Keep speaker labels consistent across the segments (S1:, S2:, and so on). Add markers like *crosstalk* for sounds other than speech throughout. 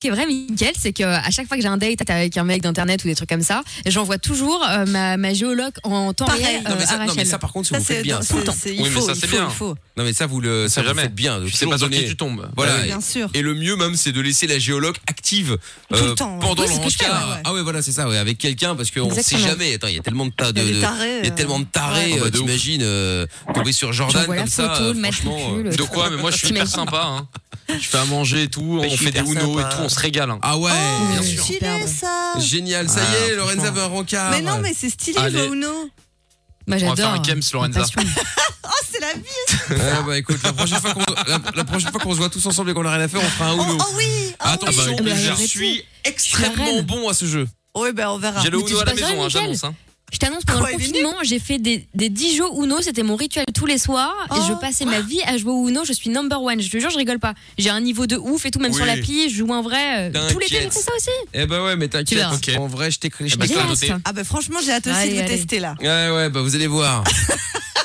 S1: qui est vrai, Mickaël, c'est que à chaque fois que j'ai un date avec un mec d'internet ou des trucs comme ça, j'envoie toujours euh, ma, ma géologue en temps
S2: Pareil.
S1: réel euh,
S3: Non mais,
S1: à
S3: ça, non,
S1: Rachel.
S3: mais ça, par contre, si vous faites bien.
S2: c'est-
S3: ça.
S2: c'est- il
S3: Oui, mais
S2: faut,
S3: ça,
S2: il
S3: c'est
S2: faut,
S3: bien.
S2: il faut.
S3: Non, mais ça, vous le ça, vous
S4: jamais.
S3: faites bien. de
S4: Tu sais
S3: toujours
S4: pas sur qui
S3: donner-
S4: tu tombes.
S3: Voilà.
S2: Bien sûr.
S3: Et le mieux même, c'est de laisser la géologue active euh,
S2: Tout le temps, ouais.
S3: pendant
S2: Oui,
S3: le
S2: c'est ce que je fais,
S3: rencard.
S2: ouais, ouais.
S3: Ah ouais, voilà, c'est ça, ouais, avec quelqu'un, parce qu'on ne sait
S1: Exactement.
S3: jamais. Attends, il y a tellement de tas de,
S2: Il y a des
S3: de-
S2: tarés,
S3: il y a
S2: euh,
S3: tellement de tarés.
S4: ouais.
S3: euh,
S4: Ah bah, de ouf.
S3: T'imagines euh, tomber sur Jordan
S1: J'envoie
S3: comme
S1: la
S3: ça,
S1: photo,
S3: euh,
S1: le
S3: franchement.
S1: matricule.
S3: euh,
S4: De quoi Mais moi, je suis hyper sympa. hein. Je fais à manger et tout.
S3: Mais je
S4: on
S3: suis
S4: fait des
S3: hyper
S4: Uno et
S3: sympa.
S4: tout. On se régale. hein.
S3: Ah ouais,
S2: Oh,
S3: bien
S1: oui.
S3: sûr.
S1: Super,
S2: Stylé
S1: bon.
S2: ça.
S3: Génial, ça
S4: Ah,
S3: y est, Lorenza
S4: franchement.
S3: veut un rencard.
S2: oh. Mais non, mais c'est stylé,
S4: Allez.
S2: Bruno.
S1: Moi,
S4: On va faire
S1: j'adore.
S4: un Kems, Lorenza.
S1: Passion.
S2: Oh, c'est la vie.
S3: Ouais, bah écoute, la prochaine fois qu'on la, la prochaine fois qu'on se voit tous ensemble et qu'on a rien à faire, on fera un
S2: Oh,
S3: Uno.
S2: oh oui. Oh,
S3: Attention,
S2: oui.
S4: bah,
S1: bah,
S3: je
S1: arrêtez. Je
S3: suis
S1: suis
S3: extrêmement
S1: reine.
S3: bon à ce jeu.
S2: Oui, ben on verra.
S4: J'ai le
S1: Mais tu
S4: Uno à
S1: dis
S4: la
S1: pas ça,
S4: maison, hein,
S1: Mickaël
S4: j'annonce. hein.
S1: Je t'annonce pendant
S2: Quoi,
S1: le
S2: il est
S1: confinement, j'ai fait des, des 10 jeux Uno, c'était mon rituel tous les soirs.
S2: Oh.
S1: Et je passais ma vie à jouer au Uno, je suis number one. Je te jure, je rigole pas. J'ai un niveau de ouf et tout, même
S3: Oui.
S1: sur l'appli, je joue en vrai. euh, Tous les
S3: T'inquiète.
S1: j'ai fait ça aussi.
S3: Eh
S4: ben
S3: bah ouais, mais
S1: Tu
S3: t'inquiète.
S1: verras.
S4: Ok.
S3: En vrai, je t'ai créé. je
S4: Eh bah,
S3: t'ai-
S4: je vais
S1: Yes.
S4: noter.
S2: Ah ben franchement, j'ai hâte aussi
S1: Allez,
S2: de vous
S1: allez.
S2: tester là.
S3: Ouais, ouais, bah vous allez voir.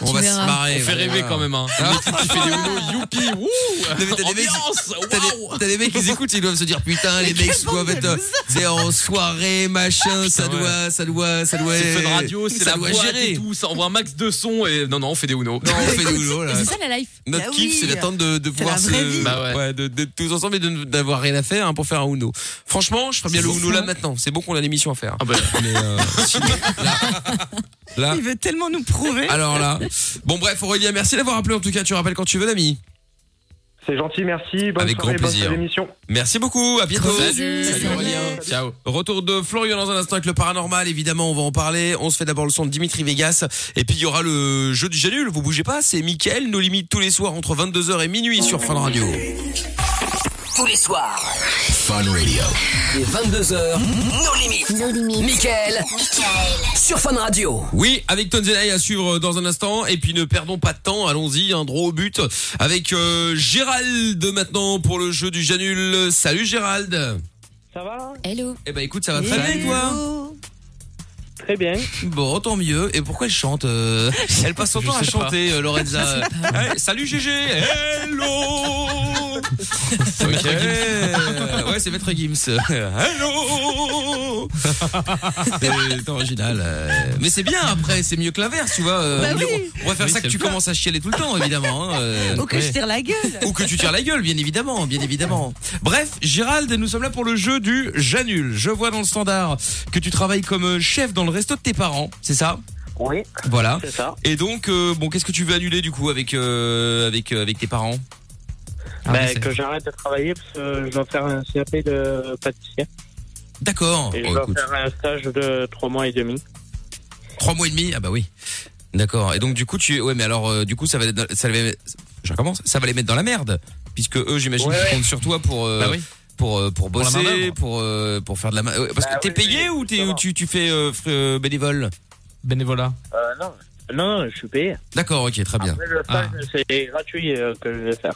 S3: On
S1: Tu
S3: va Ah. se
S1: verras.
S3: marrer.
S4: On fait rêver quand même. hein. Tu fais des Uno, *laughs* youpi, wouh
S3: mais t'as des mecs-
S4: Ambiance,
S3: T'as des,
S4: waouh
S3: t'as des mecs qui écoutent, ils doivent se dire putain, les mecs doivent être. euh, C'est en soirée, machin, ça
S4: Ah, Putain, ouais.
S3: doit, ça doit, ça doit.
S4: C'est fun radio, c'est
S3: ça
S4: la
S3: doit
S4: boîte
S3: gérer.
S4: et tout. Ça envoie un max de son et non, non, on fait des Uno.
S3: Non, on fait du boulot là.
S1: Et *laughs* C'est ça la life.
S3: Notre
S2: Bah
S3: kiff,
S2: oui.
S3: c'est d'attendre de, de pouvoir
S2: la
S3: se.
S2: vraie vie.
S4: Bah ouais.
S3: de- d'être tous ensemble et de ne- d'avoir rien à faire hein, pour faire un Uno. Franchement, je ferais bien le
S1: C'est
S3: Uno
S1: ça.
S3: là maintenant. C'est bon qu'on a l'émission à faire.
S4: Ah bah,
S3: Mais, euh, sinon, là. là.
S2: Il veut tellement nous
S3: *laughs*
S2: prouver.
S3: Alors là. Bon, bref, Aurélien, merci d'avoir appelé. En tout cas, tu rappelles quand tu veux, l'ami.
S5: C'est gentil, merci. Bonne
S3: Avec
S5: soirée,
S3: grand plaisir.
S5: bonne émission.
S3: Merci beaucoup. À bientôt.
S1: Gros
S4: Salut,
S1: bisous.
S3: Salut, Aurélien.
S4: ciao.
S3: Retour de Florian dans un instant avec le paranormal, évidemment, on va en parler. On se fait d'abord le son de Dimitri Vegas. Et puis il y aura le jeu du Jalul, vous bougez pas, c'est Mickaël, nos limites tous les soirs entre 22h et minuit sur Fun Radio.
S6: Tous les soirs. Fun Radio. Les 22h. Nos limites. Nos limites. Michael. Sur Fun Radio.
S3: Oui, avec Tonzenai à suivre euh, dans un instant. Et puis ne perdons pas de temps, allons-y, un droit au but avec euh, Gérald maintenant pour le jeu du Janul. Salut Gérald
S5: Ça va
S1: Hello.
S3: Eh ben écoute, ça va très bien et toi
S2: Hello.
S5: Très bien.
S3: Bon, tant mieux. Et pourquoi elle chante euh, Elle passe son
S4: Je
S3: temps à
S4: sais pas.
S3: chanter, euh, Lorenza. Eh, salut GG Hello Ok. Ouais, c'est Maître Gims. Hello C'est original. euh. Mais c'est bien après, c'est mieux que l'inverse, tu vois. euh,
S2: Bah oui.
S3: On va faire
S4: Oui,
S3: ça que
S4: c'est
S3: tu
S4: bien.
S3: commences à chialer tout le temps, évidemment. hein, euh,
S2: Ou que
S3: ouais.
S2: je tire
S3: *laughs*
S2: la gueule.
S3: Ou que tu tires la gueule, bien évidemment, bien évidemment. Bref, Gérald, nous sommes là pour le jeu du Janul. Je vois dans le standard que tu travailles comme euh, chef dans le resto de tes parents, c'est ça
S5: Oui,
S3: Voilà.
S5: c'est ça.
S3: Et donc, euh, bon, qu'est-ce que tu veux annuler du coup avec euh, avec euh, avec tes parents Bah,
S4: Ah,
S5: Ben,
S4: mais c'est-
S5: que j'arrête de travailler parce que je dois faire un CAP de pâtissier.
S3: D'accord.
S5: Et je
S3: Oh,
S5: dois
S3: écoute,
S5: faire un stage de 3 mois et demi.
S3: Trois mois et demi. Ah bah oui. D'accord. Et donc du coup, tu ouais, mais alors euh, du coup, ça va les- ça va les- je recommence. Ça va les mettre dans la merde, puisque eux, j'imagine,
S5: Ouais,
S3: qu'ils
S5: ouais.
S3: comptent sur toi pour euh,
S4: Bah oui.
S3: pour euh, pour
S4: Pour la
S3: bosser,
S4: main-d'œuvre.
S3: pour euh, pour faire de la main. ouais, Parce
S5: Bah
S3: que t'es
S5: oui,
S3: payé
S5: oui,
S3: ou, t'es-
S5: justement.
S3: ou tu tu fais euh, fr- euh, bénévole
S4: Bénévolat.
S5: Euh, non. Non, je suis payé.
S3: D'accord. Ok. Très bien.
S5: Après, le stage, c'est gratuit euh, que je vais faire.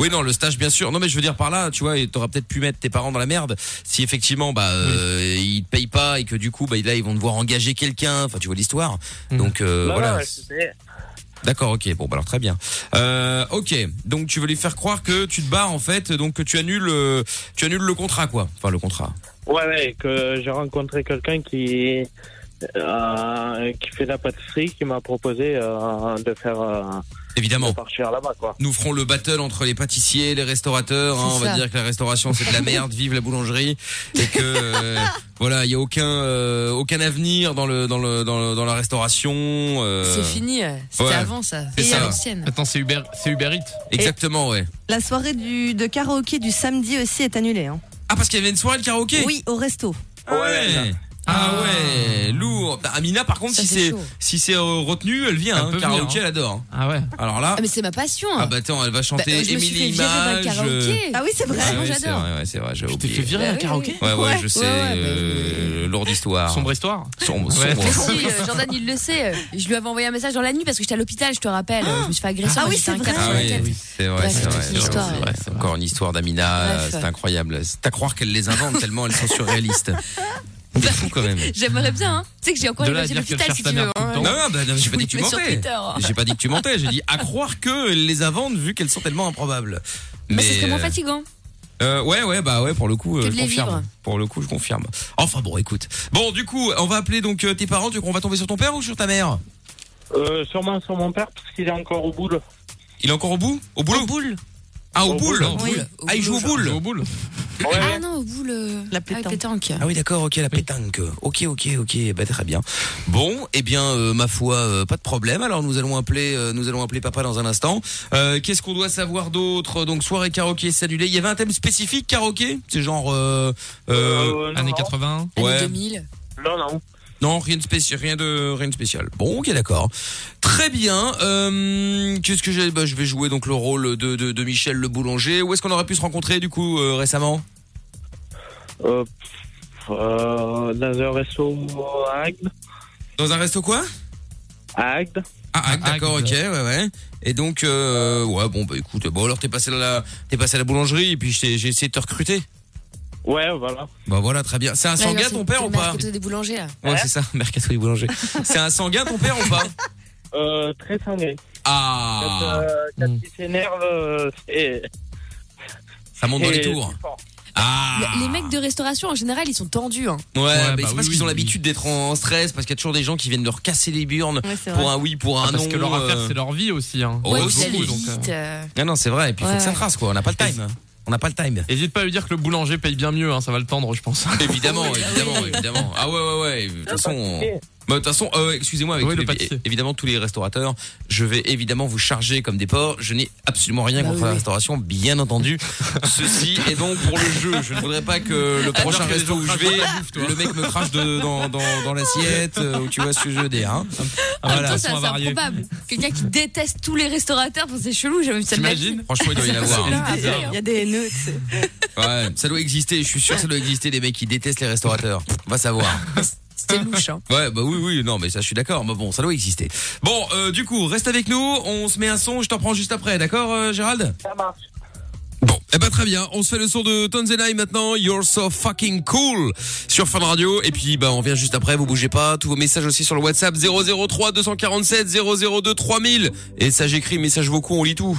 S3: Oui, non, le stage, bien sûr. Non, mais je veux dire par là, tu vois, et t'auras peut-être pu mettre tes parents dans la merde si effectivement, bah, euh, ils te payent pas et que du coup, bah, là, ils vont devoir engager quelqu'un. Enfin, tu vois l'histoire.
S4: Mhm.
S3: Donc euh,
S5: non,
S3: voilà.
S5: non, je suis payé.
S3: D'accord, ok. Bon, bah alors très bien. Euh, ok. Donc tu veux lui faire croire que tu te bats en fait, donc que tu annules, euh, tu annules le contrat, quoi. Enfin, le contrat.
S5: Ouais, ouais, que j'ai rencontré quelqu'un qui, euh, qui fait de la pâtisserie, qui m'a proposé euh, de faire euh, de
S3: Évidemment.
S5: partir là-bas, quoi.
S3: Nous ferons le battle entre les pâtissiers, les restaurateurs. hein.
S1: C'est
S3: on va
S1: ça.
S3: dire que la restauration c'est de la merde, vive la boulangerie, et
S1: *laughs*
S3: que euh, voilà, il y a aucun euh, aucun avenir dans le dans le dans, le- dans la restauration. euh,
S1: C'est fini, c'était
S3: ouais.
S1: avant ça.
S3: C'est
S1: Et
S3: ça. Ah,
S1: à l'ancienne.
S4: Attends, c'est Uber, c'est Uber Eats.
S3: Exactement, ouais.
S2: La soirée du, de karaoké du samedi aussi est annulée. hein.
S3: Ah parce qu'il y avait une soirée de karaoké.
S2: Oui, au resto.
S3: Ah Ouais. Ah ouais, lourd. Bah, Amina par contre
S1: Ça,
S3: si
S1: c'est
S3: c'est
S1: chaud.
S3: si c'est euh, retenu, elle vient
S4: Elle
S3: hein.
S4: peut venir,
S3: karaoké,
S4: hein.
S3: elle adore. hein.
S4: Ah ouais.
S3: Alors là,
S1: Ah, mais c'est ma passion.
S3: ah bah attends, elle va
S1: Bah,
S3: chanter
S1: euh, je me suis fait
S3: Émilie
S1: virer dans le
S3: Image. euh,
S1: karaoké.
S2: Ah oui, c'est vrai.
S3: ah oui,
S1: j'adore.
S3: c'est vrai, ouais, c'est vrai, j'ai
S4: Tu t'es fait
S3: oublié.
S1: Bah
S4: virer
S1: oui,
S4: un karaoké
S3: Ouais, ouais,
S2: Ouais.
S3: je
S1: Ouais,
S3: sais,
S1: ouais,
S3: euh, lourde histoire.
S4: Sombre histoire.
S3: Sombre,
S4: Ouais.
S3: sombre.
S1: Mais si, euh, Jordan, il le sait. Je lui avais envoyé un message dans la nuit parce que j'étais à l'hôpital, je te rappelle. Je me suis fait agresser.
S2: Ah
S1: moi,
S2: oui,
S1: j'étais
S2: c'est
S1: un
S2: vrai.
S1: quatre
S3: Ah
S1: sur
S3: oui,
S1: quatre.
S3: c'est vrai,
S1: Bref,
S3: c'est
S1: toute
S3: vrai.
S1: une
S3: c'est vrai,
S1: histoire,
S3: c'est vrai.
S4: ouais.
S3: Encore une histoire d'Amina,
S1: Bref.
S3: euh, c'est incroyable. C'est à croire qu'elle les invente tellement elles sont surréalistes. C'est fou quand même.
S1: J'aimerais bien. hein. Tu sais que j'ai encore
S4: De
S1: une
S4: là à
S1: à
S4: dire que
S1: l'hôpital
S4: cherche
S1: si
S4: ta
S1: tu
S4: mère
S1: veux.
S4: tout le
S1: hein.
S4: temps.
S3: Non, non, bah, non, j'ai
S1: Oui,
S3: pas dit que tu
S1: mais sur
S3: mentais.
S1: Twitter, hein.
S3: J'ai pas dit que tu mentais, j'ai dit à croire qu'elles les inventent vu qu'elles sont tellement improbables.
S1: Bah, c'est
S3: euh,
S1: extrêmement fatigant.
S3: Euh, ouais, ouais, bah ouais, pour le coup, euh,
S1: Que de
S3: je
S1: les
S3: confirme.
S1: vivre.
S3: Pour le coup, je confirme. Enfin bon, écoute. Bon, du coup, on va appeler donc euh, tes parents. Tu crois qu'on va tomber sur ton père ou sur ta mère
S5: Euh, sûrement sur mon père, parce qu'il est encore au boule.
S3: Il est encore au bout Au boulot
S2: boule.
S3: Ah, au
S5: Au
S3: boule
S5: boule.
S2: Oui, au
S3: Ah, il joue au
S2: boulot,
S3: boule
S4: Au boule.
S1: Ah non, au bout, le...
S2: La
S1: ah, la
S2: pétanque.
S1: pétanque.
S3: Ah oui, d'accord, ok, la pétanque. Ok, ok, ok, bah, très bien. Bon, eh bien, euh, ma foi, euh, pas de problème. Alors, nous allons appeler, euh, nous allons appeler papa dans un instant. Euh, Qu'est-ce qu'on doit savoir d'autre Donc, soirée karaoké, saluée. Il y avait un thème spécifique karaoké C'est genre. Euh, euh,
S5: Euh, non,
S4: Années
S5: non.
S4: 80.
S1: Année
S3: ouais.
S1: 2000.
S5: Non, non.
S3: Non, rien de spécial, rien de rien de spécial. Bon, ok, d'accord. Très bien. Euh, Qu'est-ce que j'ai bah, Je vais jouer donc le rôle de, de, de Michel le boulanger. Où est-ce qu'on aurait pu se rencontrer du coup euh, récemment
S5: Euh, pff, euh, dans un resto à Agde.
S3: Dans un resto quoi
S5: À Agde.
S3: Ah, ah,
S4: Ah,
S3: d'accord, ok,
S4: Agde.
S3: ouais, ouais. Et donc, euh, ouais, bon, bah écoute, bon alors t'es passé à la t'es passé à la boulangerie et puis je t'ai- j'ai essayé de te recruter.
S5: Ouais, voilà.
S3: Bah voilà, très bien. C'est un
S1: Là, il
S3: sanguin
S1: va
S3: ton
S1: se-
S3: père ou
S1: le
S3: pas
S1: mercato des boulangers, là.
S3: Ouais, c'est ça, *laughs* mercato et boulanger. C'est un sanguin ton père ou pas
S5: Euh, très sanguin. Quand,
S3: Ah,
S5: euh, quand
S4: Mm.
S5: il s'énerve, euh, c'est.
S3: ça monte dans les
S5: c'est-
S3: tours.
S5: c'est fort.
S3: Ah.
S1: Le- Les mecs de restauration, en général, ils sont tendus. hein.
S3: Ouais, bah,
S4: bah
S3: c'est
S4: oui,
S3: parce
S4: oui,
S3: qu'ils ont
S4: oui.
S3: l'habitude d'être en stress, parce qu'il y a toujours des gens qui viennent leur casser les burnes
S2: Ouais, c'est vrai.
S3: pour un oui, pour un
S4: Ah, parce
S3: non.
S4: que leur affaire,
S3: euh.
S4: c'est leur vie aussi. Hein.
S3: Ouais, ils
S4: Beaucoup,
S1: ça
S3: beaucoup,
S1: vite,
S4: donc, euh,
S1: euh,
S3: Non, non, c'est vrai, et puis il faut
S1: Ouais,
S3: que ça
S1: ouais.
S3: trace, quoi, on n'a pas le euh, time. On n'a pas le time.
S4: Hésite pas à lui dire que le boulanger paye bien mieux, hein, ça va le tendre, je pense.
S3: Évidemment, évidemment, évidemment. Ah ouais, ouais, ouais, de toute façon...
S1: Ah,
S3: on-
S5: pâtissier.
S3: Bah, de toute façon, euh, excusez-moi, avec
S4: Oui,
S3: tous les-
S4: le pâtissier.
S3: évidemment tous les restaurateurs, je vais évidemment vous charger comme des porcs. Je n'ai absolument rien
S1: Bah
S3: contre
S1: oui,
S3: la
S1: oui.
S3: restauration, bien entendu. Ceci est donc pour le jeu. Je ne voudrais pas que le prochain
S4: que les
S3: resto
S4: gens
S3: où je
S4: crachent
S3: vais, le mec me crache de- dans, dans- dans l'assiette, euh, ou tu vois ce que je veux dire. hein.
S4: En même
S3: Voilà.
S4: temps,
S1: ça,
S4: on va
S1: c'est
S4: varier.
S1: improbable. Quelqu'un qui déteste tous les restaurateurs, enfin, c'est chelou, j'avais vu ça de ma vie. Ah,
S4: T'imagines
S3: Franchement, il doit y en avoir. hein.
S2: Il y a- il y a des haineux, tu sais.
S3: Ouais, ça doit exister, je suis sûr que ça doit exister des mecs qui détestent les restaurateurs. On va savoir.
S1: C'était louche. hein.
S3: Ouais, bah oui, oui, non, mais ça je suis d'accord, mais bon, ça doit exister. Bon, euh, du coup, reste avec nous, on se met un son, je t'en prends juste après, d'accord euh, Gérald
S5: Ça marche.
S3: Bon, eh ben très bien, on se fait le son de Tonzenai maintenant, You're So *laughs* Fucking Cool sur Fun Radio, et puis bah on vient juste après, vous bougez pas, tous vos messages aussi sur le WhatsApp 003 247 002 3000, et ça j'écris, messages vocaux, on lit tout.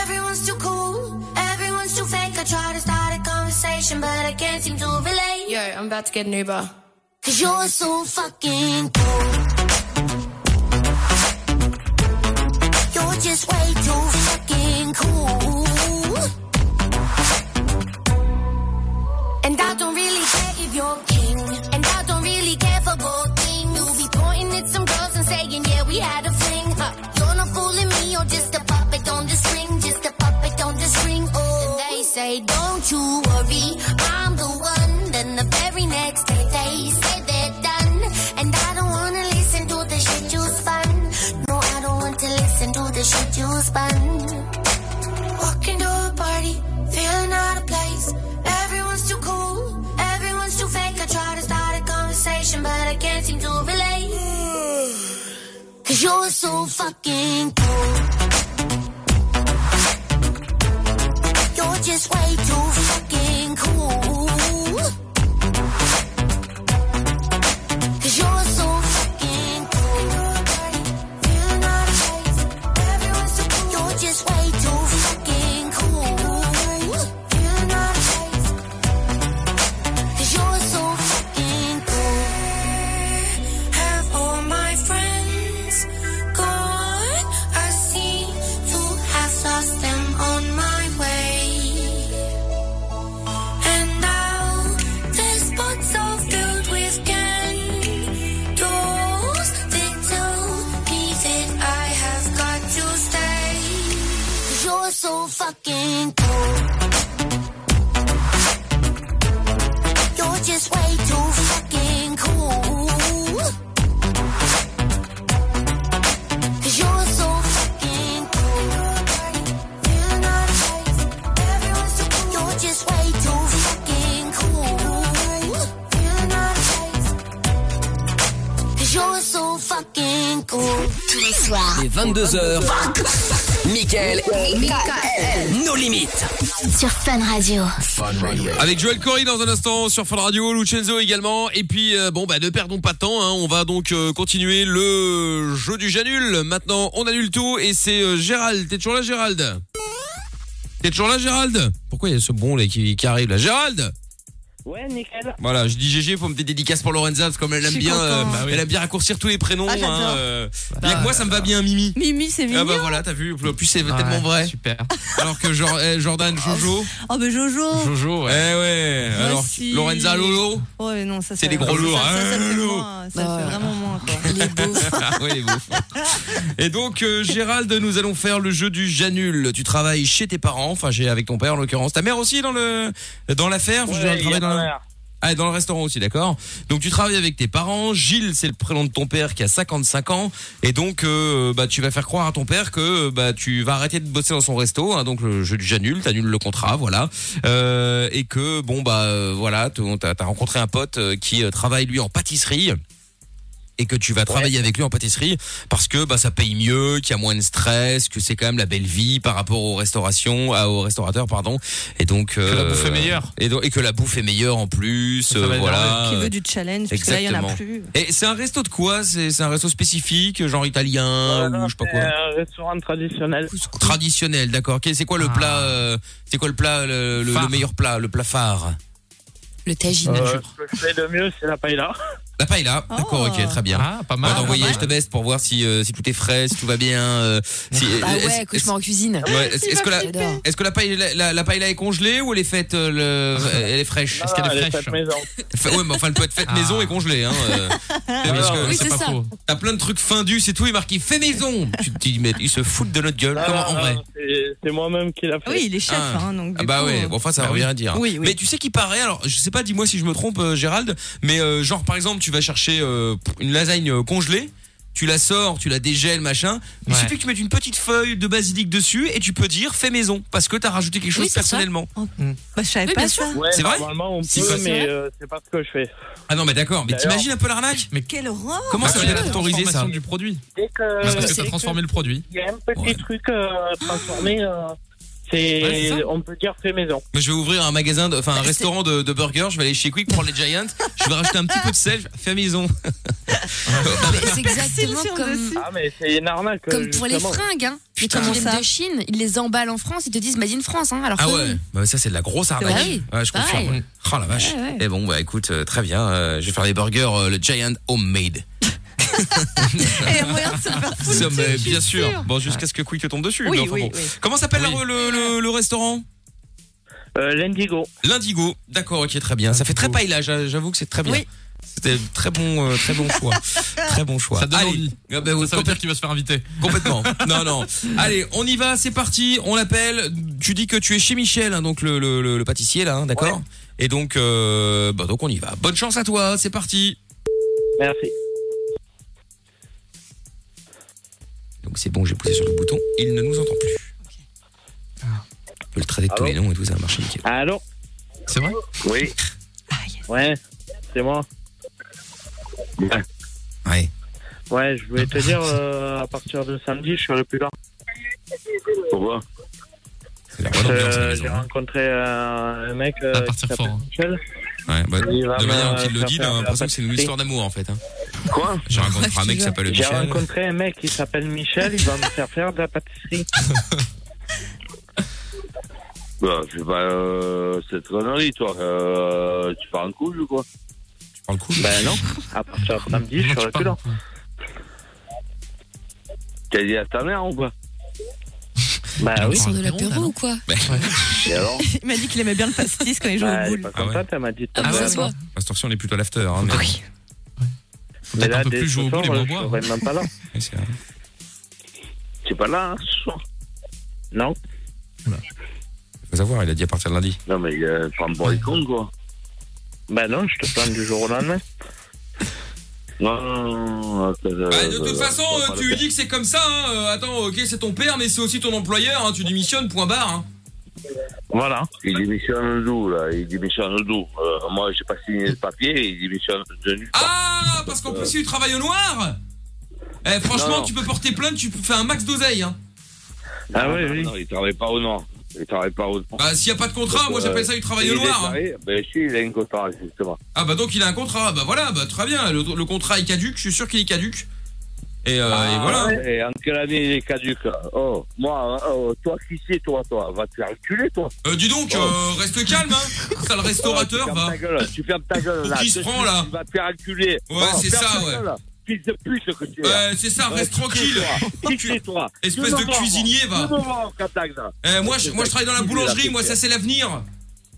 S7: Everyone's too cool, everyone's too fake. I try to start a conversation, but I can't seem to relate. Yo, I'm about to get an Uber. Cause you're so fucking cool. You're just way too fucking cool. And I don't really care if you're king. And I don't really care for gold thing. You be pointing at some girls and saying, yeah, we had a fling. Huh. You're not fooling me, you're just a puppet on the string. Just a puppet on the string. Oh, and they say, don't you worry, I'm the one. Then the very next day they say they're done. And I don't wanna listen to the shit you spun. No, I don't want to listen to the shit you spun. Walking to a party, feeling out of place. Everyone's too cool, everyone's too fake. I try to start a conversation, but I can't seem to relate. *sighs* Cause you're so fucking cool. You're just way too fucking cool. Cause you're so fucking cool. Feeling out of place. Everyone's so cool. You're just way too fucking cool. Feeling out of place. Cause you're so fucking cool. Have all my friends gone? I seem to have lost them on my way. And now the spots are filled with candles. They tell me that I have got to stay. you you're so fucking cool. You're just way too fucking cool. you you're so fucking cool. You're just way too fucking
S6: Tous les soirs. Les 22h. Mickaël. Nos limites.
S8: Sur Fun Radio.
S3: Avec Joël Corey dans un instant sur Fun Radio, Lucenzo également. Et puis, euh, bon, bah, ne perdons pas de temps. hein. On va donc euh, continuer le jeu du Janul. Maintenant, on annule tout et c'est euh, Gérald. T'es toujours là, Gérald T'es toujours là, Gérald Pourquoi il y a ce bon là qui, qui arrive là Gérald
S5: Ouais, nickel.
S3: Voilà, je dis GG pour me des dédicaces pour Lorenza parce que comme elle aime
S5: suis
S3: bien, euh,
S5: content. Bah oui.
S3: elle aime bien raccourcir tous les prénoms.
S2: Ah, j'adore.
S3: hein, euh, bien que moi, ça me va bien, Mimi.
S2: Mimi, c'est mignon.
S3: Ah bah voilà, t'as vu, en plus c'est tellement vrai. Super. *laughs* Alors que Jor- eh, Jordan, Jojo.
S2: Oh, bah Jojo.
S3: Jojo, ouais. Eh ouais. Alors,
S2: Voici.
S3: Lorenza
S2: *laughs*
S3: Lolo.
S2: Ouais, mais non, ça,
S3: C'est
S2: ça-
S3: des gros
S2: ça-
S3: lourds,
S2: Ça, ça,
S3: hein,
S2: ça fait
S3: Lolo.
S2: moins, ça fait vraiment moins, quoi.
S3: ouais, les beaufs. Et donc, euh, Gérald, nous allons faire le jeu du Janul. Tu travailles chez tes parents, enfin, chez- avec ton père en l'occurrence. Ta mère aussi est dans le dans l'affaire.
S5: Ouais,
S3: Je- elle
S5: il y
S3: travaille
S5: a
S3: dans la-
S5: ma mère.
S3: Ah, et dans le restaurant aussi, d'accord. Donc tu travailles avec tes parents. Gilles, c'est le prénom de ton père qui a 55 ans, et donc euh, bah tu vas faire croire à ton père que euh, bah tu vas arrêter de bosser dans son resto. hein. donc le jeu du j'annule, t'annules le contrat, voilà, Euh, et que bon bah euh, voilà, t- on- t'as t'as rencontré un pote euh, qui euh, travaille lui en pâtisserie et que tu vas travailler avec lui en pâtisserie parce que bah ça paye mieux, qu'il y a moins de stress, que c'est quand même la belle vie par rapport aux restaurations, à, aux restaurateurs pardon. Et donc euh,
S4: la bouffe est meilleure.
S3: Et, donc- et que la bouffe est meilleure en plus, euh,
S4: va
S3: voilà.
S2: Qui veut du challenge, parce que là, il y en a
S3: Exactement.
S2: plus.
S3: Et c'est un resto de quoi C'est c'est un resto spécifique, genre italien ou je sais pas quoi.
S5: Euh, C'est
S9: euh,
S5: un restaurant traditionnel.
S3: Traditionnel, d'accord. Ok, C'est quoi le plat euh, C'est quoi le plat le, le- le meilleur plat, le plat phare
S1: Le tagine.
S5: Euh, ce que je fais de mieux, c'est
S3: *laughs*
S5: la paella.
S3: La paella, d'accord, ok, très bien. Ah, pas mal. On va t'envoyer, je te baisse pour voir si, euh, si tout est frais, si tout va bien. euh, si-
S1: Bah
S3: est-ce- Ah,
S1: ouais, cauchemar en cuisine.
S3: Ouais, est-ce est-ce que la,
S1: J'adore.
S3: est-ce que la paille, la, la- la paella est congelée ou elle est faite, euh, le, elle est fraîche
S5: Non, Ah, elle est faite maison.
S3: Fa- Ouais, mais enfin, elle peut être faite maison et congelée, hein. euh. Parce que
S1: Oui, c'est ça.
S3: T'as plein de trucs findus et tout, il marque il fait maison. tu te dis, mais ils se foutent de notre gueule,
S5: Non,
S3: comment, en
S5: non,
S3: vrai.
S5: non, c'est- C'est moi-même qui l'a fait.
S2: Oui, il est chef,
S3: Ah.
S2: hein, donc.
S3: Ah
S2: du
S3: bah
S2: coup,
S3: ouais,
S2: euh,
S3: bon, enfin ça veut rien dire.
S2: Oui, oui.
S3: Mais tu sais qu'il paraît, alors je sais pas, dis-moi si je me trompe euh, Gérald, mais euh, genre par exemple tu vas chercher euh, une lasagne euh, congelée, tu la sors, tu la dégèles, machin, mais il
S4: Ouais.
S3: suffit que tu mettes une petite feuille de basilic dessus et tu peux dire fais maison, parce que t'as rajouté quelque chose
S1: Oui, c'est ça.
S3: personnellement.
S2: Bah, je savais
S1: Oui,
S2: pas
S1: bien
S2: ça.
S5: Ouais,
S3: C'est vrai
S5: Normalement, on
S3: Si,
S5: peut,
S3: c'est
S5: mais
S1: vrai.
S5: euh, c'est pas ce que je fais.
S3: Ah non mais d'accord, mais
S5: D'ailleurs-
S3: t'imagines un peu l'arnaque
S2: Quelle horreur.
S3: Comment ça
S4: Parce
S3: va
S4: qu'il y a
S3: être
S4: la
S3: autorisé ça
S4: transformation du produit.
S5: Dès que.
S4: Parce
S3: Euh,
S4: que
S5: dès
S4: ça
S5: que-
S4: transformé le produit.
S5: Il y a un petit
S3: Ouais.
S5: truc euh, transformé. euh, c'est,
S4: Ouais, c'est ça.
S5: on peut dire fait maison.
S3: Mais je vais ouvrir un magasin, de- enfin un restaurant de, de burgers, je vais aller chez Quick prendre les Giants, je vais rajouter un petit peu de sel, fais maison.
S1: Mais C'est exactement
S2: sur le
S1: comme.
S2: dessus.
S5: Ah mais c'est une arnaque.
S1: Comme pour les
S5: justement.
S1: fringues, hein. Mais
S3: Putain.
S1: comme ils
S2: Ça.
S1: viennent de Chine, ils les emballent en France, ils te disent Made in France, hein. Alors
S3: Ah
S1: que
S3: ouais, bah ça c'est de la grosse arnaque.
S1: vrai.
S3: Ouais, je confirme.
S1: Pareil.
S3: Oh la vache.
S1: Ouais, ouais.
S3: Et bon bah écoute, euh, très bien, euh, je vais faire les burgers euh, le Giant homemade.
S2: Eh, il y a moyen de se faire foutre.
S3: Ça, mais
S2: je suis
S3: bien sûr.
S2: sûre.
S3: Bon jusqu'à ce que Quick te tombe dessus.
S2: Oui,
S3: mais enfin
S2: oui,
S3: bon.
S2: oui.
S3: Comment s'appelle le, le- le- le restaurant
S5: Euh, L'indigo.
S3: L'Indigo. D'accord, ok, très bien. Ça fait très paille là, j'a- j'avoue que c'est très bien.
S2: Oui.
S3: C'était très bon, euh, très bon choix. très bon choix.
S4: Ça donne
S3: Allez.
S4: envie.
S3: Ah bah,
S4: Ça veut dire qu'il va se faire inviter.
S3: Complètement. Non, non. Allez, on y va, c'est parti. On l'appelle. Tu dis que tu es chez Michel, hein, donc le, le, le- le pâtissier là, hein, d'accord Et donc, euh, bah, donc on y va. Bonne chance à toi, c'est parti.
S5: Merci.
S3: Donc c'est bon, j'ai poussé sur le bouton. Il ne nous entend plus. On peut le traiter de tous
S5: Allô
S3: les noms et tout, ça va marcher nickel.
S5: Allô.
S4: C'est vrai
S5: Oui. Ouais. C'est moi.
S3: Ouais.
S5: Ouais, je voulais te dire, euh, à partir de samedi, je serai plus là. Pourquoi
S3: C'est la bonne ambiance à la
S5: J'ai
S3: maison. hein.
S5: rencontré euh, un mec
S4: Ça
S5: euh,
S4: va
S5: qui
S4: partir
S5: s'appelle
S4: fort, hein.
S5: Michel.
S3: Ouais, bah,
S5: Il va
S3: de
S5: me
S3: manière qu'il le
S5: faire
S3: dit,
S5: faire
S3: t'as l'impression que c'est une
S5: pâtisserie.
S3: histoire d'amour en fait. Hein.
S5: Quoi
S3: J'ai rencontré un mec qui s'appelle
S5: J'ai
S3: Michel.
S5: rencontré un mec qui s'appelle Michel, il va me faire faire de
S4: *laughs*
S5: la pâtisserie.
S9: Bah, fais pas euh, cette connerie, toi. Euh, tu pars en couple ou quoi
S3: Tu parles cool
S5: ben non, à partir de samedi, je
S4: Non,
S5: serai
S4: tu
S5: plus là.
S4: parles.
S9: T'as dit à ta
S4: *laughs*
S9: mère ou quoi
S5: Bah oui.
S1: Ils sont Ah de
S4: Apéro,
S1: l'apéro ou
S2: bah
S1: quoi
S9: Et alors
S2: Il m'a dit qu'il aimait bien le pastis quand il joue
S4: Ah
S5: Bah,
S2: au
S5: elle est
S2: boule.
S5: pas contente, elle m'a dit de ta
S1: Ah,
S5: gueule.
S1: ça se voit.
S3: Bah, cette heure-ci, on est plutôt à l'after. Hein, mais-
S4: Oui.
S5: Mais
S4: Peut-être un
S5: là,
S4: peu
S5: dès
S4: plus
S5: ce
S4: jouer au
S5: soir,
S4: boule et moins
S5: je
S4: boire.
S5: serai même pas là.
S3: Ouais, c'est vrai.
S9: T'es pas là, hein, ce soir
S5: Non.
S3: Faut savoir, il a dit à partir de lundi.
S9: Non, mais euh, prends pas les comptes, quoi.
S5: Bah non, je te plains du jour au lendemain.
S9: Non, non, non, attends,
S3: Bah,
S9: euh,
S3: de toute
S9: euh,
S3: façon,
S9: on va
S3: euh,
S9: pas
S3: tu
S9: le
S3: lui
S9: faire.
S3: dis que c'est comme ça. hein, euh, Attends, ok, c'est ton père, mais c'est aussi ton employeur. hein, Tu démissionnes, point barre. hein.
S5: Voilà.
S9: Il démissionne d'où, là Il démissionne d'où euh, Moi, j'ai pas signé le papier, il démissionne de nulle part.
S3: Ah, parce qu'en plus, il travaille au noir Eh, franchement,
S9: Non, non.
S3: tu peux porter plainte, tu peux faire un max d'oseille. Hein.
S9: Ah ouais, oui. Non, il travaille pas au noir. Il travaille pas au noir.
S3: Bah, s'il n'y a pas de contrat,
S9: Donc,
S3: moi
S9: euh,
S3: j'appelle ça du travail
S9: il
S3: au
S9: est
S3: noir. hein.
S9: taré. Ben si, il a une contrat, justement.
S3: Ah bah donc il a un contrat, bah voilà, bah très bien, le, le contrat est caduque, je suis sûr qu'il est caduque. Et, euh,
S9: Ah,
S3: et voilà.
S9: Et en quelle année il est caduque Oh, moi, oh, toi qui sais, toi, toi, va te faire reculer, toi.
S3: Euh, dis donc, euh, reste calme,
S9: *laughs*
S3: hein. Ça, le
S9: Oh,
S3: restaurateur,
S9: tu fermes
S3: va.
S9: ta gueule, tu fermes ta gueule, là.
S3: Qui se
S9: De
S3: prend,
S9: suite,
S3: là
S9: Tu vas te faire reculer.
S3: Ouais, c'est
S9: ferme
S3: ça,
S9: ta
S3: ouais.
S9: gueule, là. Fils de pute que tu es.
S3: Ouais, c'est ça, reste tranquille. *laughs*
S9: Qui toi
S3: Espèce
S9: Nous
S3: de
S9: en voir,
S3: cuisinier, va.
S9: nous en voir, Katag, là.
S3: Eh, moi, je, moi je travaille dans la
S9: Qui dit
S3: boulangerie, moi
S9: pute
S3: ça c'est l'avenir.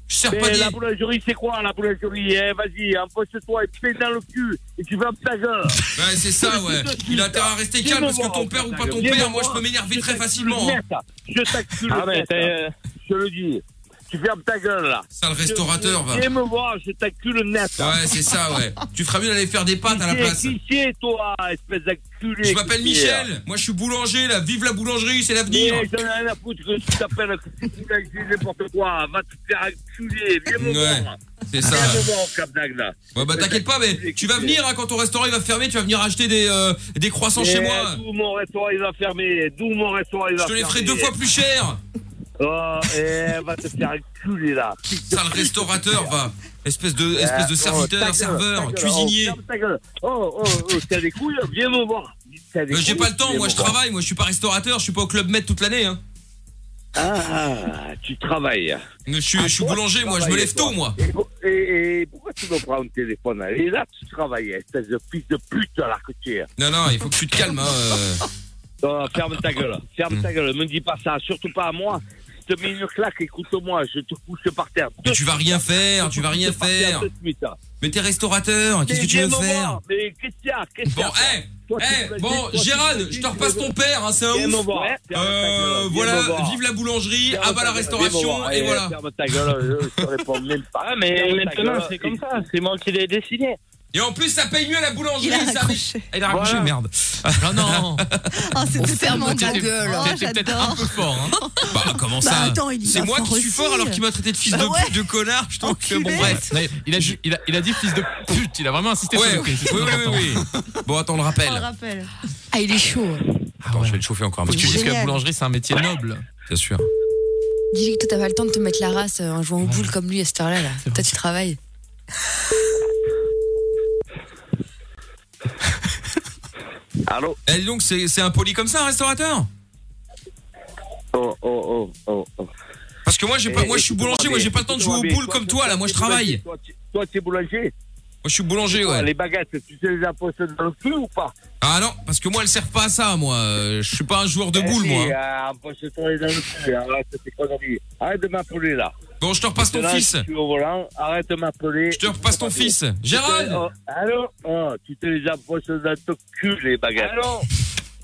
S3: Je sers pas
S9: Mais
S3: des...
S9: Eh, la boulangerie, c'est quoi la boulangerie eh, Vas-y, empoche-toi et fais dans le cul et tu fermes ta gueule.
S3: Ouais, c'est ça, ouais. Il a intérêt à rester
S9: Viens
S3: calme
S9: me
S3: parce que
S9: voir,
S3: ton père ou pas ton
S9: viens me
S3: père, moi je
S9: voir.
S3: peux m'énerver
S9: Je
S3: très
S9: t'accule
S3: facilement. hein.
S9: net, là. Je t'accule
S5: Ah, mais
S9: net, là.
S5: t'es.
S9: Je te le dis. Tu fermes ta gueule là.
S3: Ça, le restaurateur, va.
S9: Viens me voir, je t'accule net. là.
S3: Ouais, c'est ça, ouais. Tu feras mieux d'aller faire des pâtes à la
S9: Qui c'est-
S3: place.
S9: Qui c'est toi, espèce d'acculé
S3: Je m'appelle
S9: qui c'est,
S3: Michel, moi je suis boulanger, là. Vive la boulangerie, c'est
S9: Eh,
S3: l'avenir.
S9: j'en ai rien à foutre que tu t'appelles que tu t'accules n'importe quoi. Va te faire acculer. Viens me
S3: Ouais.
S9: voir.
S3: C'est
S9: Viens
S3: ça.
S9: me voir, Katag, là.
S3: Ouais, bah t'inquiète pas, mais tu vas venir hein, quand ton restaurant il va fermer, tu vas venir acheter des, euh, des croissants
S9: Eh,
S3: chez moi.
S9: D'où mon restaurant il va fermer. D'où mon restaurant
S3: Je
S9: il va
S3: te
S9: fermer.
S3: les ferai deux fois plus cher.
S9: Oh, eh, va te faire enculer là.
S3: Sale restaurateur, va. Espèce de, espèce de
S9: Eh, oh, ta
S3: serviteur,
S9: gueule, ta
S3: serveur,
S9: gueule,
S3: cuisinier.
S9: Oh, ferme ta gueule. oh, oh, oh, t'as des couilles, viens me voir. T'as des
S3: Euh, J'ai
S9: couilles,
S3: pas le temps,
S9: viens
S3: moi
S9: me
S3: je
S9: voir.
S3: travaille, moi je suis pas restaurateur, je suis pas au club maître toute l'année. Hein.
S9: Ah, tu travailles.
S3: Je suis, je suis
S9: Ah, toi,
S3: boulanger,
S9: tu
S3: moi je me
S9: travailles,
S3: lève tôt,
S9: toi.
S3: moi.
S9: Et, pour- et- et pourquoi tu me prends le téléphone là Et là, tu travailles, espèce de fils de pute là que tu es.
S3: Non, non, il faut que tu te calmes. Hein, euh.
S9: Oh, ferme ta gueule, ferme ta gueule, me dis pas ça, surtout pas à moi. Je te mets une claque, écoute-moi, je te couche par terre.
S3: Mais tu vas rien faire, tu vas
S9: *laughs*
S3: rien faire. Mais t'es restaurateur, qu'est-ce que tu veux faire
S9: Mais qu'est-ce qu'il y a Qu'est-ce qu'il y
S3: Bon,
S9: a
S3: eh, eh, bon, Gérald, je te repasse ton père, hein, c'est un
S9: Viens me
S3: ouf.
S9: voir.
S3: Euh, voilà, vive la boulangerie, abat la restauration, et voilà.
S9: Ferme ta gueule, je te réponds même pas.
S5: Ah, Mais
S9: Ferme ta
S5: maintenant,
S9: gueule.
S5: c'est comme ça. C'est moi qui l'ai décidé.
S3: Et en plus, ça paye mieux la boulangerie.
S2: Il a
S3: ça
S2: raccroché.
S3: Elle a raccroché,
S5: Voilà.
S3: merde.
S4: Ah
S3: *laughs*
S2: Oh,
S4: non, Bon,
S2: c'était tellement
S4: t'étais-
S2: ta gueule.
S3: hein.
S2: Oh,
S4: t'étais peut-être un
S2: j'adore.
S4: peu fort. Hein.
S3: Bah, comment
S2: Bah,
S3: ça
S2: attends, il y
S3: C'est
S2: va
S3: moi qui
S2: fort
S3: suis
S2: aussi.
S3: fort alors qu'il m'a traité de fils
S2: Bah
S3: de
S2: ouais.
S3: pute, de connard. Je trouve que bon,
S2: Enculé.
S3: bref.
S4: Ouais, Il a, dit, il, a, il a dit fils de pute, il a vraiment insisté
S3: Ouais,
S4: sur le
S3: oui,
S4: cul, c'est
S3: oui,
S4: très important.
S3: oui, oui. Bon, attends, on le rappelle.
S2: On le rappelle.
S1: Ah, il est chaud.
S3: Attends, je vais le chauffer encore un
S4: Parce que-
S3: petit peu.
S4: parce que la
S2: Génial.
S4: boulangerie, c'est un métier noble.
S3: Bien sûr.
S1: Dis que toi, t'as pas le temps de te mettre la race euh, en jouant aux boules comme lui à cette heure-là. Là. Toi, tu travailles.
S9: Allô
S3: Eh, dis donc, c'est c'est impoli comme ça, un restaurateur
S9: Oh, oh, oh, oh.
S3: Parce que moi, j'ai pas,
S9: Eh,
S3: moi, je suis boulanger, moi, j'ai pas le temps de jouer aux boules comme toi, là. Moi, je travaille.
S9: Toi, tu es boulanger
S3: Moi, je suis boulanger,
S9: Toi,
S3: ouais.
S9: Les baguettes, tu sais les apportes dans le feu ou pas
S3: Ah non, parce que moi, elles servent pas à ça, moi. Euh, Je suis pas un joueur de
S9: Eh,
S3: boules,
S9: si,
S3: moi. hein.
S9: euh, Empoche-toi les dans le feu, arrête tes conneries. Arrête de m'appeler là.
S3: Bon, je te repasse ton
S9: Là,
S3: fils.
S9: si Tu es au volant, arrête de m'appeler.
S3: Je te repasse ton fils.
S9: Tu te-
S3: Gérald
S9: oh, Allô oh, Tu te les approches dans ton cul, les baguettes. Allô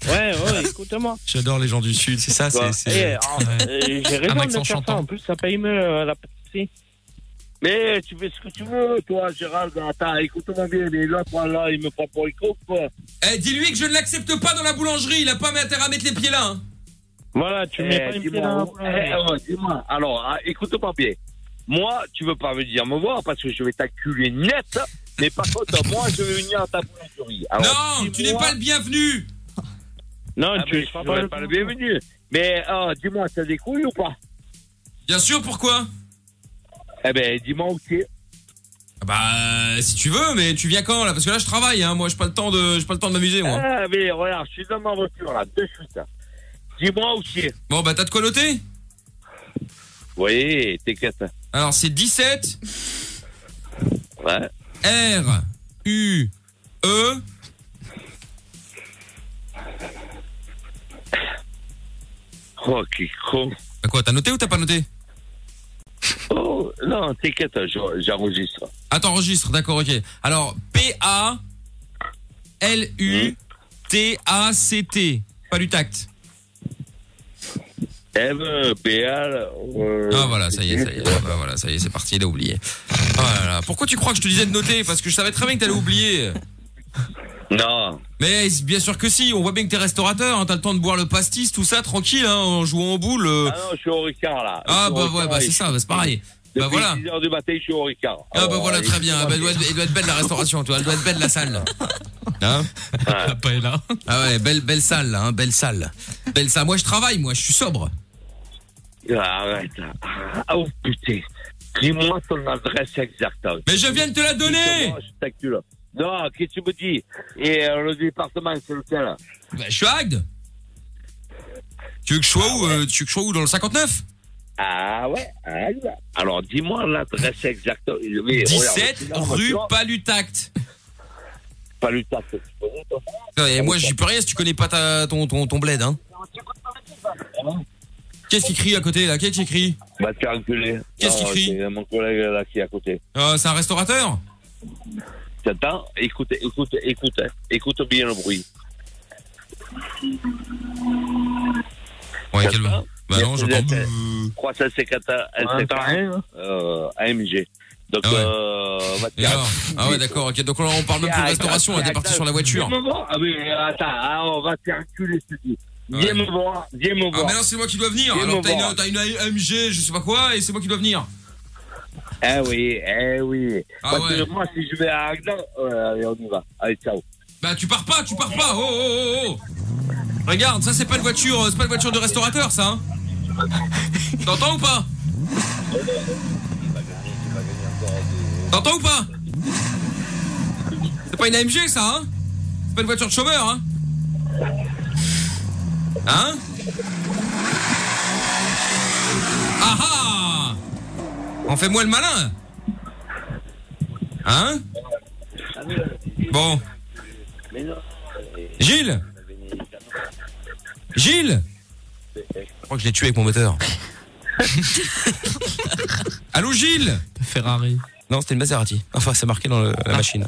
S5: Ouais, ouais, écoute-moi.
S3: J'adore les gens du Sud, c'est ça,
S9: Bah,
S5: Eh, en- euh, J'ai raison de
S4: accent
S5: faire ça.
S4: chantant.
S5: En plus, ça paye mieux euh, la pâtisserie.
S9: Mais tu fais ce que tu veux, toi, Gérald. Attends, écoute-moi bien. Mais là, toi, là, il me prend pour une coupe.
S3: Eh, dis-lui que je ne l'accepte pas dans la boulangerie. Il a pas intérêt à mettre les pieds là. hein.
S5: Voilà, tu mets pas une pied dans la
S9: dis-moi, eh,
S5: boulangerie.
S9: oh, dis-moi. Alors, ah, écoute-moi bien. Moi, tu veux pas me dire me voir parce que je vais t'acculer net. Mais par contre, *laughs* moi, je vais venir à ta boulangerie. Alors,
S3: non, tu n'es
S9: Ah dis-moi-
S3: pas le bienvenu.
S5: Non,
S9: Ah, mais
S5: tu
S9: je serai pas le bienvenu. Mais oh, dis-moi, t'as des couilles ou pas
S3: Bien sûr, pourquoi
S9: Eh ben, dis-moi, ok.
S3: Ah Bah, si tu veux, mais tu viens quand là Parce que là, je travaille. Hein. Moi, j'ai pas le temps de, j'ai pas le temps de m'amuser, moi.
S9: Ah, mais regarde, je suis dans ma voiture, là, de suite. Dis-moi aussi.
S3: Bon, bah, t'as de quoi noter
S9: Oui, t'inquiète.
S3: Alors, c'est 17
S9: Ouais.
S3: R U E
S9: Oh, qui con.
S3: Bah quoi, t'as noté ou t'as pas noté
S9: Oh, non, t'inquiète, je- j'enregistre.
S3: Ah, t'enregistres, d'accord, ok. Alors, P-A L-U-T-A-C-T. Pas du tact.
S9: M, Béal. euh,
S3: Ah, voilà, ça y est,
S9: *laughs*
S3: ça y est. Ah, bah, voilà, ça y est, c'est parti, il a oublié. Ah là là. Pourquoi tu crois que je te disais de noter Parce que je savais très bien que t'allais oublier.
S9: Non.
S3: Mais c'est bien sûr que si, on voit bien que t'es restaurateur, hein, t'as le temps de boire le pastis, tout ça, tranquille, hein, en jouant aux boules. euh.
S9: Ah non, je suis au Ricard, là.
S3: Ah,
S9: Je suis au
S3: bah
S9: Ricard,
S3: ouais, bah
S9: et
S3: c'est
S9: je-
S3: ça, bah, c'est pareil. Bah
S9: Depuis
S3: voilà.
S9: 10 heures du matin, je suis au Ricard.
S3: Ah bah
S9: Oh,
S3: voilà,
S9: et- *laughs*
S3: très bien. Ah, Bah, elle, doit être, elle doit être belle la restauration, tu vois, elle doit être belle la salle. Hein
S4: Pas là.
S3: Ah ouais, belle, belle salle, là, hein, belle salle. Belle salle. Moi, je travaille, moi, je suis sobre.
S9: Oh, Arrête. Ah, Oh putain. Dis-moi ton adresse exacte.
S3: Mais je viens de te la donner
S9: Je t'encule. Non, qu'est-ce que tu me dis Et euh, le département, c'est lequel
S3: Bah, je suis à Agde. Tu veux que je sois où euh, Tu veux que je sois où Dans le 59
S9: Ah ouais ah, là. Alors dis-moi l'adresse exacte. Mais,
S3: 17
S9: regarde,
S3: rue
S9: tu vois,
S3: Palutact.
S9: Pas le tac. tu connais, toi
S3: Et moi, j'y peux rien si tu connais pas ta, ton, ton, ton bled. Hein. Qu'est-ce qui crie à côté, là Qu'est-ce qui crie
S9: Va te faire enculer.
S3: Qu'est-ce qu'il
S9: Non,
S3: crie
S9: C'est mon collègue là qui est à côté.
S3: Euh, C'est un restaurateur
S9: T'entends Écoute, écoute, écoute, hein. écoute bien le bruit.
S3: Ouais, quel...
S9: T'entends
S3: Bah non,
S9: Mercedes,
S3: j'entends...
S9: euh,
S3: bouh.
S9: 350 LCK, euh, AMG. Donc,
S3: Ah ouais.
S9: euh, va te
S3: Et
S9: faire
S3: alors Ah ouais, d'accord, ok. Donc, on parle même plus de restauration, là, t'es parti sur la voiture.
S9: Viens me voir. Ah oui, attends, ah, on va te faire enculer, je te dis. Viens
S3: Ouais.
S9: me voir, viens me
S3: Ah,
S9: voir.
S3: mais non, c'est moi qui dois venir.
S9: Viens
S3: Alors,
S9: me
S3: t'as une,
S9: voir.
S3: t'as une AMG, je sais pas quoi, et c'est moi qui dois venir.
S9: Eh oui, eh oui.
S3: Ah
S9: Parce
S3: ouais.
S9: que moi, si je vais à Agdan, euh, allez, on y va. Allez, ciao.
S3: Bah, tu pars pas, tu pars pas. Oh, oh, oh, oh. Regarde, ça, c'est pas une voiture, euh, c'est pas une voiture de restaurateur, ça. hein. T'entends ou pas T'entends ou pas C'est pas une AMG, ça, hein C'est pas une voiture de chômeur, hein Hein Ah ah En fais-moi le malin Hein Bon. Gilles Gilles Je crois que je l'ai tué avec mon
S4: *laughs*
S3: moteur. Allô Gilles
S4: Ferrari.
S3: Non, c'était une Maserati. Enfin, c'est marqué dans le-
S4: Ah.
S3: la machine.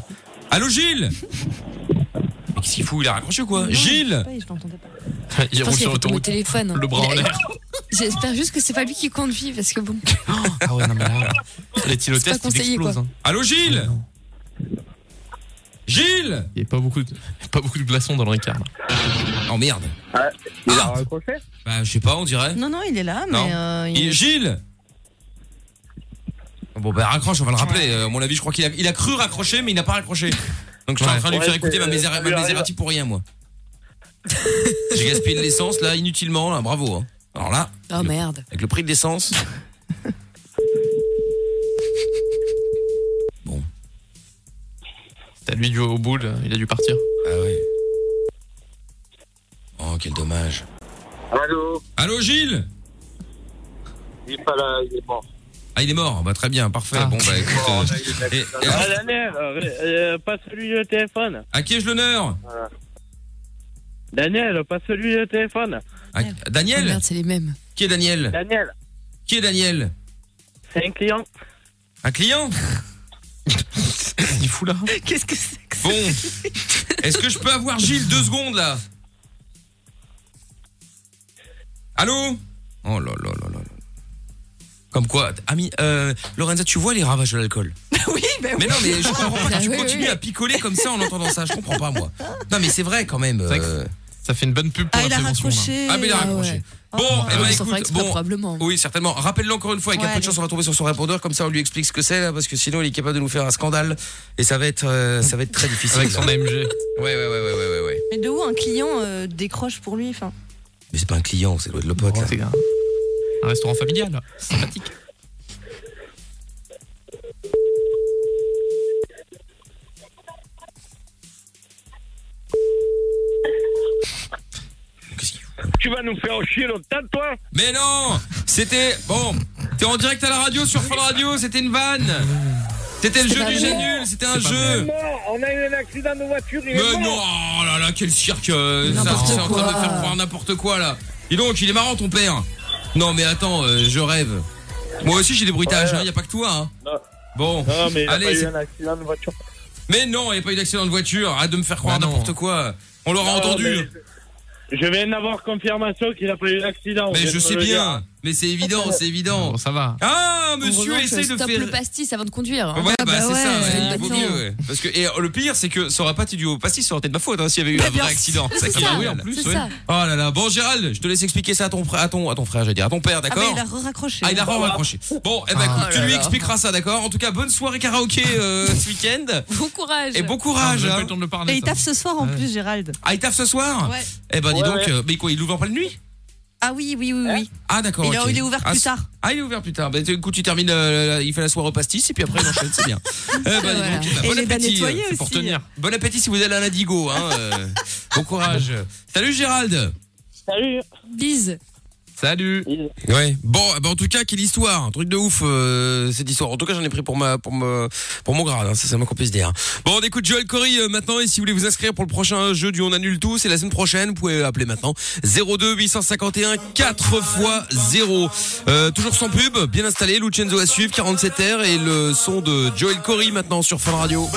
S3: Allô
S4: *laughs*
S3: Gilles Mais qu'est-ce qu'il fout Il a raccroché ou quoi Gilles
S2: Je l'entendais pas.
S4: Il
S1: Je
S4: roule
S1: pense qu'il a
S4: sur
S1: fait mon
S4: l'autoroute.
S1: téléphone.
S4: Le bras en
S1: Il a-
S4: l'air.
S1: J'espère juste que c'est pas lui qui conduit parce que
S3: *laughs*
S1: bon.
S4: Ah ouais, non, mais là. Les
S1: C'est
S4: tilotests,
S1: pas
S4: ils
S1: conseillé,
S4: explosent.
S1: quoi.
S4: hein.
S3: Allô Gilles
S4: Non.
S3: Gilles
S4: Il n'y a pas beaucoup, de, pas beaucoup de glaçons dans le Ricard. là.
S3: Oh merde
S9: Il
S3: Ah.
S9: a raccroché
S3: Bah, je sais pas, on dirait.
S2: Non, non, il est là,
S3: Non.
S2: mais. euh, il-
S3: Il- Gilles Bon bah raccroche, on va le rappeler. Euh, À mon avis, je crois qu'il a, il a cru raccrocher, mais il n'a pas raccroché. Donc je suis en train de lui
S9: Ouais,
S3: faire écouter ma
S9: c'est- euh,
S3: Maser- ma
S9: c'est-
S3: Maserati pour rien, moi. *laughs* J'ai gaspillé de l'essence là inutilement, là, bravo. hein. Alors là,
S1: Oh merde.
S3: avec le prix de
S4: *laughs*
S3: l'essence. Bon,
S4: T'as lui dû au bout, là, il a dû partir.
S3: ah ouais. Oh quel dommage.
S9: Allô
S3: Allô Gilles
S9: Il est pas là, il est mort. Oh,
S3: Ah il est mort, bah très bien, parfait.
S4: Ah.
S3: Bon bah écoute. euh, et- et à-
S5: Ah, la mère, euh, euh, pas celui de téléphone.
S3: à qui ai-je l'honneur
S5: Daniel, pas celui de téléphone.
S3: À-
S1: Oh
S3: Daniel
S1: merde, c'est les mêmes.
S3: Qui est Daniel
S5: Daniel,
S3: Qui est Daniel
S5: c'est un client.
S3: Un client
S4: Il fout là.
S2: Qu'est-ce que c'est que ça
S3: Bon. Est-ce que je peux avoir Gilles deux secondes là Allô Oh là là là là là. Comme quoi, ami, euh, Lorenza, tu vois les ravages de l'alcool
S2: *laughs* Oui, ben oui.
S3: Mais non, mais je comprends
S2: *laughs*
S3: pas quand tu
S1: Oui, oui,
S3: continues
S1: oui.
S3: à picoler comme ça en entendant ça. Je comprends pas, moi. Non, mais c'est vrai quand même.
S4: vrai que
S3: euh.
S4: Ça fait une bonne pub pour
S2: Ah, il
S4: la
S2: a
S4: prévention. là.
S2: raccroché.
S3: Ah, mais il a
S1: Ah
S3: raccroché.
S1: ouais.
S3: Bon,
S2: Ah.
S3: eh ben,
S1: Sans faire
S3: écoute,
S1: exprès,
S3: bon.
S1: probablement.
S3: Oui, certainement. Rappelle-le encore une fois, avec
S2: Ouais,
S3: un peu de
S2: allez.
S3: chance, on va tomber sur son répondeur, comme ça on lui explique ce que c'est, là, parce que sinon il est capable de nous faire un scandale, et ça va être, euh, ça va être très difficile.
S4: Avec son
S3: ouais,
S4: AMG.
S3: ouais, ouais, ouais, ouais, ouais, ouais.
S2: Mais de où un client euh, décroche pour lui enfin
S3: Mais c'est pas un client, c'est doit être le pote, là.
S4: C'est un un restaurant familial, là. C'est sympathique.
S3: Qu'est-ce qu'il fout
S9: Tu vas nous faire chier longtemps, toi
S3: Mais non C'était. Bon, t'es en direct à la radio sur Fun Radio, c'était une vanne C'était le
S1: C'était
S3: jeu
S1: pas
S3: du
S1: vrai.
S3: génule, c'était un
S4: C'est pas
S3: jeu
S9: Non, on a eu un accident de voiture, il
S3: Mais non Oh là là, quel cirque euh, ça,
S1: N'importe
S3: C'est en train de
S1: quoi.
S3: faire croire n'importe quoi là Dis donc, il est marrant ton père Non mais attends, euh, je rêve Moi aussi j'ai des bruitages,
S9: Ouais.
S3: hein, y a pas que toi hein.
S9: Non.
S3: Bon,
S9: Non, mais il a
S3: Allez,
S9: pas eu
S3: c'est-
S9: un accident de voiture.
S3: mais non, il n'y a pas eu d'accident de voiture, arrête de me faire croire
S4: Bah non.
S3: n'importe quoi On l'aura
S5: Non,
S3: entendu
S5: mais Je viens d'avoir confirmation qu'il a pas eu d'accident.
S3: Mais
S5: vient
S3: je
S5: de
S3: sais
S5: me le
S3: bien.
S5: dire.
S3: Mais c'est évident, c'est évident.
S4: Bon, ça va.
S3: Ah,
S1: En
S3: monsieur,
S1: revanche,
S3: essaye de
S1: Stop
S3: faire.
S1: le pastis avant de conduire. hein.
S3: Ouais,
S2: Ah,
S3: bah, c'est ça,
S1: c'est
S3: ouais,
S1: une
S3: il vaut
S1: bonne
S3: mieux,
S1: chose.
S3: ouais. Parce que, et euh, le pire, c'est que ça aurait pas été dû au pastis, ça aurait été de ma faute, hein, s'il y
S2: Bah,
S3: avait eu un vrai accident.
S1: C'est
S3: qui
S1: ça,
S3: est mal.
S1: c'est
S4: ouais.
S1: ça.
S3: Oh là là. Bon, Gérald, je te laisse expliquer ça à ton frère, à ton, à ton frère, j'ai dit, à ton père,
S2: Ah, bah,
S3: d'accord?
S2: il a Oh. Ah re-raccroché.
S3: Ah, il a raccroché. Bon, eh ben, écoute,
S1: Oh
S3: tu
S1: là
S3: lui
S1: là.
S3: expliqueras ça, d'accord? En tout cas, bonne soirée karaoké,
S2: *laughs*
S3: euh, ce week-end.
S1: Bon courage.
S3: Et bon courage,
S4: J'ai
S3: hein.
S4: pas eu le temps de le parler.
S2: Ah, Et il
S4: ça.
S2: taffe ce soir en plus, Gérald.
S3: Ah, il taffe ce soir?
S2: Ouais.
S3: Eh ben, dis
S9: Ouais,
S3: donc,
S9: ouais.
S3: euh, mais quoi, il ouvre pas la nuit?
S2: Ah oui, oui, oui, oui.
S3: Ah, d'accord.
S2: il, est-
S3: ok.
S2: il est ouvert
S3: Ah,
S2: plus
S3: c'est-
S2: tard.
S3: Ah, il est ouvert plus tard. Bah, écoute, tu termines, euh, il fait la soirée au pastis, et puis après, il enchaîne, c'est
S2: *laughs*
S3: bien. Eh ben, dis
S1: Voilà.
S3: donc, bah,
S2: Et
S3: bon
S2: il est bien
S3: appétit, euh,
S2: nettoyé aussi.
S4: Pour tenir.
S3: Bon appétit si vous allez à l'indigo. Hein, euh, bon courage.
S2: *laughs*
S3: Salut Gérald.
S5: Salut
S1: Bise.
S4: Salut.
S3: Ouais. Bon, bah, en tout cas, quelle histoire, un truc de ouf euh, cette histoire. En tout cas, j'en ai pris pour ma pour me pour mon grade. Hein, ça, c'est le moins qu'on puisse dire. Bon, on écoute Joël Cory euh, maintenant. Et si vous voulez vous inscrire pour le prochain jeu du On annule tout, c'est la semaine prochaine. Vous pouvez appeler maintenant 02 851 4 x 0. Euh, toujours sans pub, bien installé. Lucenzo à suivre, 47 r et le son de Joël Cory maintenant sur Fun Radio.